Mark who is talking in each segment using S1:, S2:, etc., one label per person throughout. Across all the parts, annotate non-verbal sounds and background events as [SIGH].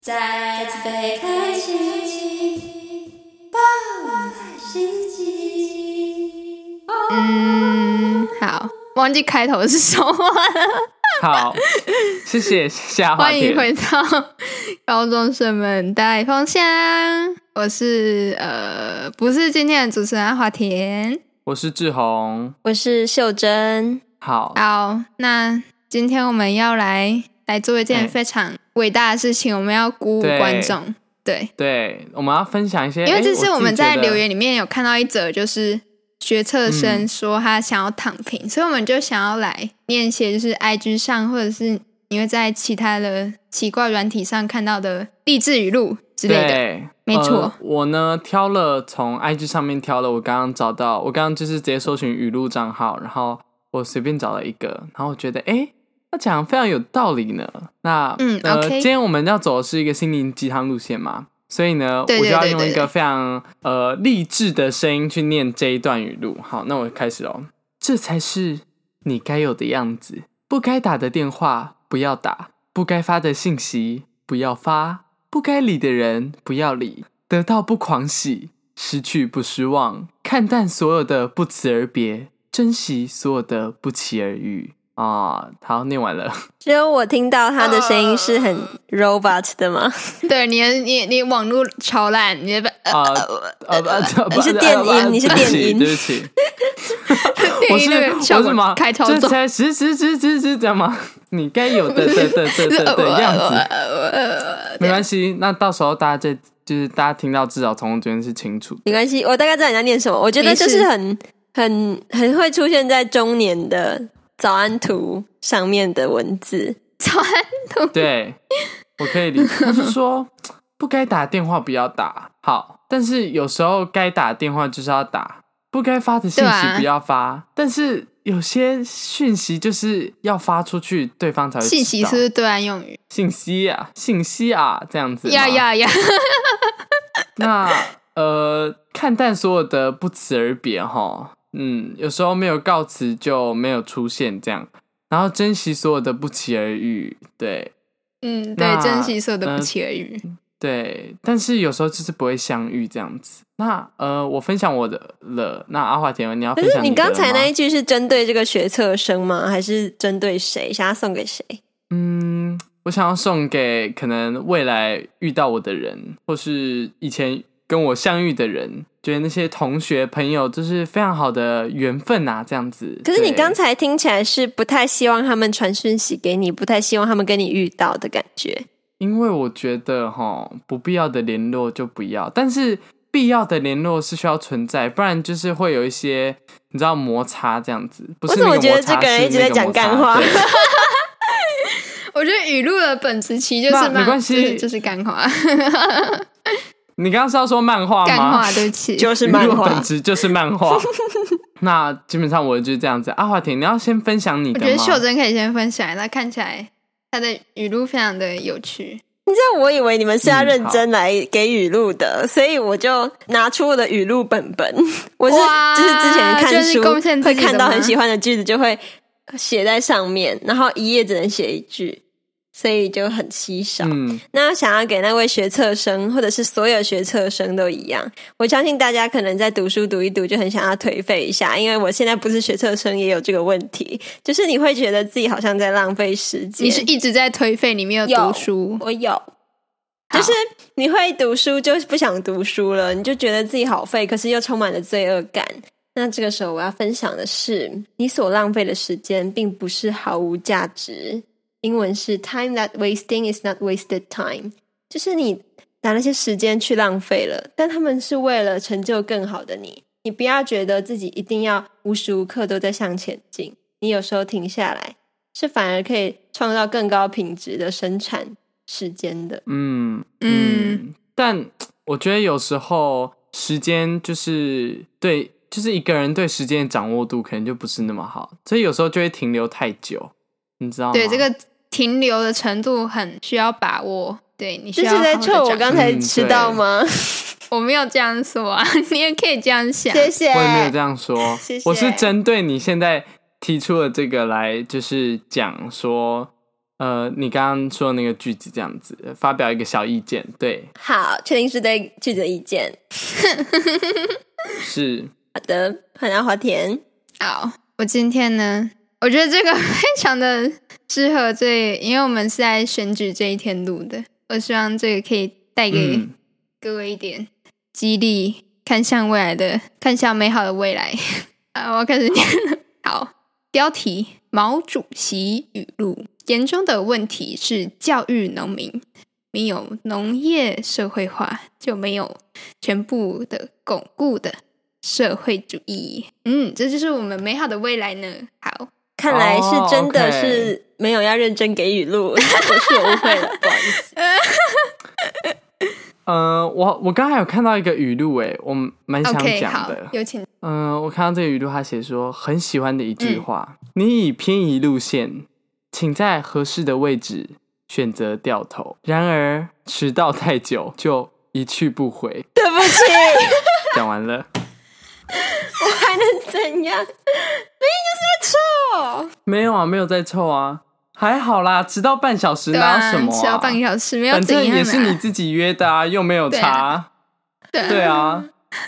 S1: 再次被开启，爆满心机。
S2: 嗯，好，忘记开头是什么了。
S3: [LAUGHS] 好，谢谢夏华
S2: 欢迎
S3: 姐。
S2: 回到高中生们带风箱，我是呃，不是今天的主持人阿华田。
S3: 我是志宏。
S1: 我是秀珍，
S3: 好，
S2: 好，那今天我们要来来做一件
S3: 哎
S2: 非常伟大的事情，我们要鼓舞
S3: 对
S2: 观众。对，
S3: 对，我们要分享一些，
S2: 因为
S3: 诶
S2: 这次我
S3: 自己
S2: 们
S3: 觉
S2: 在
S3: 得嗯
S2: 留言里面有看到一则，就是学测生说他想要躺平，所以我们就想要来念一些就是 IG 上或者是你会在其他的奇怪软体上看到的励志语录之类的。
S3: 对，
S2: 没
S3: 呃
S2: 错
S3: 我呢挑了从 IG 上面挑了，我刚刚找到，我刚刚就是直接搜寻语录账号，然后我随便找了一个，然后我觉得哎。诶他讲得非常有道理呢。那
S2: 嗯
S3: 呃
S2: OK
S3: 今天我们要走的是一个心灵鸡汤路线嘛，所以呢，
S2: 对对
S3: 我就要
S2: 对
S3: 用
S2: 对
S3: 一
S2: 对
S3: 个非常呃励志的声音去念这一段语录。好，那我开始喽。这才是你该有的样子。不该打的电话不要打，不该发的信息不要发，不该理的人不要理。得到不狂喜，失去不失望，看淡所有的不辞而别，珍惜所有的不期而遇。啊，好，念完了。
S1: 只有我听到他的声音是很 robot 的吗？
S2: [LAUGHS]
S1: [LAUGHS]
S2: 对你的，你你网络超烂，你的
S3: 啊呃不，呃
S1: 你是电音
S3: 呃不
S1: 你是
S3: 对不起
S1: 电音
S3: 对不起，
S2: [LAUGHS] 电
S3: 我是
S2: 影那
S3: 我
S2: 个效
S3: 是什
S2: 果
S3: 么？
S2: 开超
S3: 这
S2: [LAUGHS] 重。
S3: 才十十十十十这样吗？你该有的的的的的的样子。
S2: 子
S3: 没关系，那到时候大家在就是大家听到至少从我这边是清楚的。
S1: 没关系，我大概知道你在念什么。我觉得
S2: 没事
S1: 就是很很很会出现在中年的早安图上面的文字。
S2: 早安图，
S3: 对，我可以理解。他是说不该打电话不要打，好，但是有时候该打电话就是要打，不该发的信
S2: 对
S3: 息
S2: 啊
S3: 不要发，但是有些讯息就是要发出去，对方才
S2: [LAUGHS]
S3: 会
S2: 信息是
S3: 知道
S2: 不是对岸用语？
S3: 信息啊，信息啊，这样子。
S2: 呀！呀 [LAUGHS] 呀！
S3: [LAUGHS] 那呃，看淡所有的不辞而别哈，嗯，有时候没有告辞就没有出现这样，然后珍惜所有的不期而遇，对
S2: 嗯，
S3: 那
S2: 对，珍惜所有的不
S3: 呃
S2: 期而遇。
S3: 对，但是有时候就是不会相遇这样子。那呃，我分享我的了，那阿华姐，你要
S1: 可
S3: 分
S1: 是
S3: 享
S1: 你
S3: 的
S1: 刚才
S3: 了吗
S1: 那一句是针对这个学测生吗？还是针对谁？想要送给谁？
S3: 嗯，我想要送给可能未来遇到我的人，或是以前跟我相遇的人，觉得那些同学朋友就是非常好的缘分啊，这样子。
S1: 可是你
S3: 对
S1: 刚才听起来是不太希望他们传讯息给你，不太希望他们跟你遇到的感觉。
S3: 因为我觉得哈，不必要的联络就不要，但是必要的联络是需要存在，不然就是会有一些你知道摩擦这样子。不是
S1: 我怎
S3: 那
S1: 么
S3: 个
S1: 觉得
S3: 摩擦
S1: 这个人
S3: 是
S1: 一直在
S3: 那个
S1: 讲
S3: 摩擦
S1: 干话
S3: 对
S2: 我觉得语录的本质其实就
S3: 那
S2: 是
S3: 没
S2: 骂
S3: 关系
S2: 就是就是干话，
S3: 你刚刚是要说漫啊画吗？
S2: 干
S3: [LAUGHS]
S2: 话，对不起。
S1: [LAUGHS] 就是
S3: 语
S1: 漫
S3: 录
S1: 画
S3: 本，质就是漫
S1: [LAUGHS]
S3: 画。那基本上我就是这样子。阿华田，你要先分享你
S2: 我
S3: 的吗？
S2: 觉得秀珍可以先分享，她看起来她的语录非常的有趣。
S1: 但 [LAUGHS] 我以为你们
S2: 嗯
S1: 是要认真来给语录的，所以我就拿出我的语录本本。 [LAUGHS] 我是
S2: 哇
S1: 就是之前看
S2: 就是
S1: 书
S2: 贡献自
S1: 会
S2: 己的吗
S1: 看到很喜欢的句子，就会写在上面，然后一页只能写一句，所以就很稀少。
S3: 嗯，
S1: 那想要给那位学测生，或者是所有学测生都一样，我相信大家可能在读书读一读就很想要颓废一下，因为我现在不是学测生，也有这个问题，就是你会觉得自己好像在浪费时间。
S2: 你是一直在颓废，你没有
S1: 有
S2: 读书，
S1: 我有，就是你会读书，就是不想读书了，你就觉得自己好废，可是又充满了罪恶感。那这个时候，我要分享的是，你所浪费的时间并不是毫无价值。英文是 “time that wasting is not wasted time”，就是你拿那些时间去浪费了，但他们是为了成就更好的你。你不要觉得自己一定要无时无刻都在向前进，你有时候停下来，是反而可以创造更高品质的生产时间的。
S3: 嗯
S2: 嗯，
S3: 嗯，但我觉得有时候时间就是对，就是一个人对时间的掌握度可能就不是那么好，所以有时候就会停留太久，你知道吗？
S2: 对，这个停留的程度很需要把握。对你需
S1: 这
S2: 要
S1: 是在
S2: 好好地
S1: 臭我
S2: 掌
S1: 刚才
S3: 嗯
S1: 迟到吗？
S2: 我没有这样说啊， [LAUGHS] 你也可以这样想。
S1: 谢谢。
S3: 我也没有这样
S2: [LAUGHS]
S3: 说，
S1: 谢谢
S3: 我是针对你现在提出的这个来，就是讲说呃，你刚刚说的那个句子这样子，发表一个小意见，对，
S1: 好，确定是对句子的意见。
S3: 是
S1: 好的，换到华田。
S2: 好，我今天呢，我觉得这个非常的适合这，因为我们是在选举这一天录的，我希望这个可以带给
S3: 嗯，
S2: 各位一点激励，看向未来的，看向美好的未来。 [LAUGHS] 啊，我要开始念了。好，标题：毛主席语录。眼中的问题是教育农民，没有农业社会化，就没有全部的巩固的社会主义。嗯，这就是我们美好的未来呢。好，
S1: 看来是
S3: 哦
S1: 真的
S3: OK
S1: 是没有要认真给语录，我是有误会了，不好意思。
S3: 呃，我我刚才有看到一个语录，哎，我蛮想
S2: OK，
S3: 讲
S2: 好
S3: 的，，
S2: 有请。
S3: 嗯、我看到这个语录，他写说很喜欢的一
S2: 嗯
S3: 句话：“你已偏移路线，请在合适的位置选择掉头。然而迟到太久就一去不回。
S1: 对不起，”
S3: 讲完了，
S1: [LAUGHS] 还能怎样？
S3: 没有啊，没有在凑啊，还好啦，迟到半小时
S2: 对
S3: 哪
S2: 啊
S3: 有什，么、
S2: 迟到半个小时没有
S3: 反
S2: 怎
S3: 正
S2: 样、啊、
S3: 也是你自己约的啊，又没有
S2: 对
S3: 查，
S2: 啊对啊
S3: 对啊，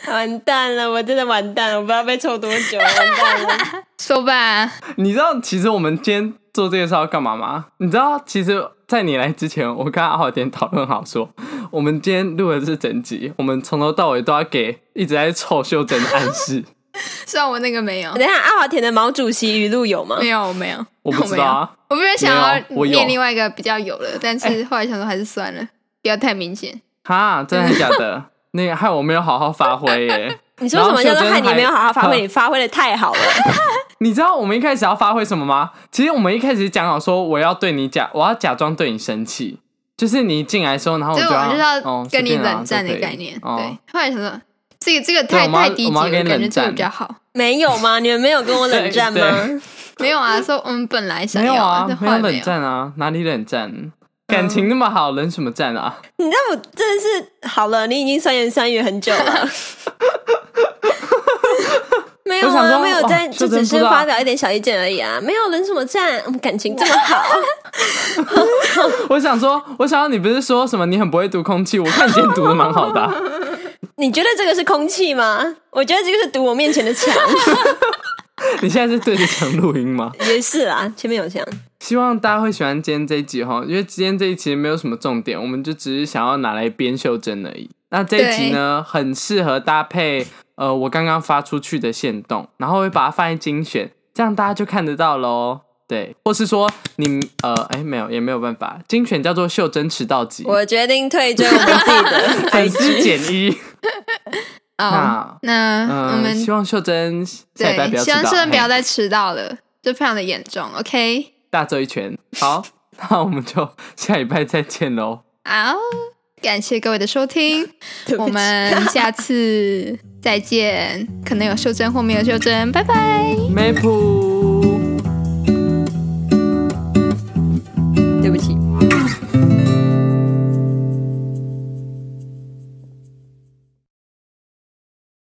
S1: 完蛋了，我真的完蛋了，我不知道被抽多久，完蛋了。 [LAUGHS]
S2: 说吧， [LAUGHS]
S3: 你知道其实我们今天做这个是要干嘛吗？你知道其实，在你来之前，我跟阿浩点讨论好说， [LAUGHS] 我们今天录的是整集，我们从头到尾都要给一直在臭修整的暗
S2: [LAUGHS]
S3: 示。
S2: 虽然我那个没有
S1: 等，一下，阿华田的毛主席语录有吗？
S2: 没有，我没有，
S3: 我不知道啊，
S2: 我没有想
S3: 没有
S2: 要
S3: 我有哎
S2: 念另外一个比较有了，但是后来想说还是算了，不要太明显。
S3: 哈，真的假
S2: [LAUGHS]
S3: 的？那个害我没有好好发挥耶。
S1: 你说什么叫做害你没有好好发挥？
S3: 然后秀珍还
S1: 你发挥的太好了，
S3: 你知道我们一开始要发挥什么吗？其实我们一开始讲好说，我要对你假，我要假装对你生气，就是你一进来的时候，然后
S2: 就
S3: 就
S2: 我就是
S3: 要
S2: 要
S3: 哦
S2: 跟你
S3: 随便啊
S2: 冷战的
S3: 都可以
S2: 概念。
S3: 哦
S2: 对，后来想说这个这个
S3: 对啊
S2: 太
S3: 我们要
S2: 太低
S3: 我
S2: 级
S3: 们
S2: 了，
S3: 要
S2: 我
S3: 跟你
S2: 感觉
S3: 冷
S2: 这个
S3: 战
S2: 比较好。
S1: 没有
S3: [LAUGHS]
S1: 吗？你们没有跟我冷战
S3: 对
S1: 吗？
S2: 没有
S3: [LAUGHS]
S2: 啊，说我们本来想
S3: 没有
S2: 要
S3: 啊
S2: 但，
S3: 没
S2: 后
S3: 有
S2: 来
S3: 冷战啊，哪里冷战？感情那么好，冷什么战啊？
S1: 你知道我真的是好了，你已经酸言酸语很久了。
S3: [LAUGHS]
S1: 没有
S3: 我想
S1: 啊，
S3: 说
S1: 没有
S3: 哇
S1: 在，
S3: 秀
S1: 就
S3: 珍
S1: 只
S3: 不
S1: 是
S3: 知道
S1: 发表一点小意见而已啊，没有冷什么战，我们感情这
S3: [LAUGHS]
S1: 么好，
S3: 我想说，我想要你不是说什么你很不会读空气？我看你今天读的蛮好的啊、
S1: 你觉得这个是空气吗？我觉得这个是堵我面前
S3: [LAUGHS]
S1: 的墙，
S3: 你现在是对着墙录音吗？
S1: 也是啦，前面有墙。
S3: 希望大家会喜欢今天这一集哈，因为今天这一集没有什么重点，我们就只是想要拿来编袖珍而已。那这一集呢，很适合搭配呃我刚刚发出去的线动，然后会把它放在精选，这样大家就看得到喽。对，或是说你呃哎没有也没有办法，精选叫做袖珍迟到集，
S1: 我决定退追
S2: [LAUGHS]
S1: 我们自己的
S3: 粉丝减一。
S2: 啊。
S3: 那
S2: 那我
S3: 嗯、呃，
S2: 们
S3: 希望秀珍下礼拜
S2: 对，
S3: 不要迟
S2: 希
S3: 到，
S2: 望顺不要
S3: 嘿
S2: 再迟到了，这非常的严重。OK，
S3: 大揍一拳。好，那我们就下礼拜再见喽，
S2: 好，感谢各位的收
S3: [LAUGHS]
S2: 听。
S1: 对不
S2: 我
S1: 起
S2: 们下次再见，可能有修真或没有修真，拜拜。
S3: 梅普。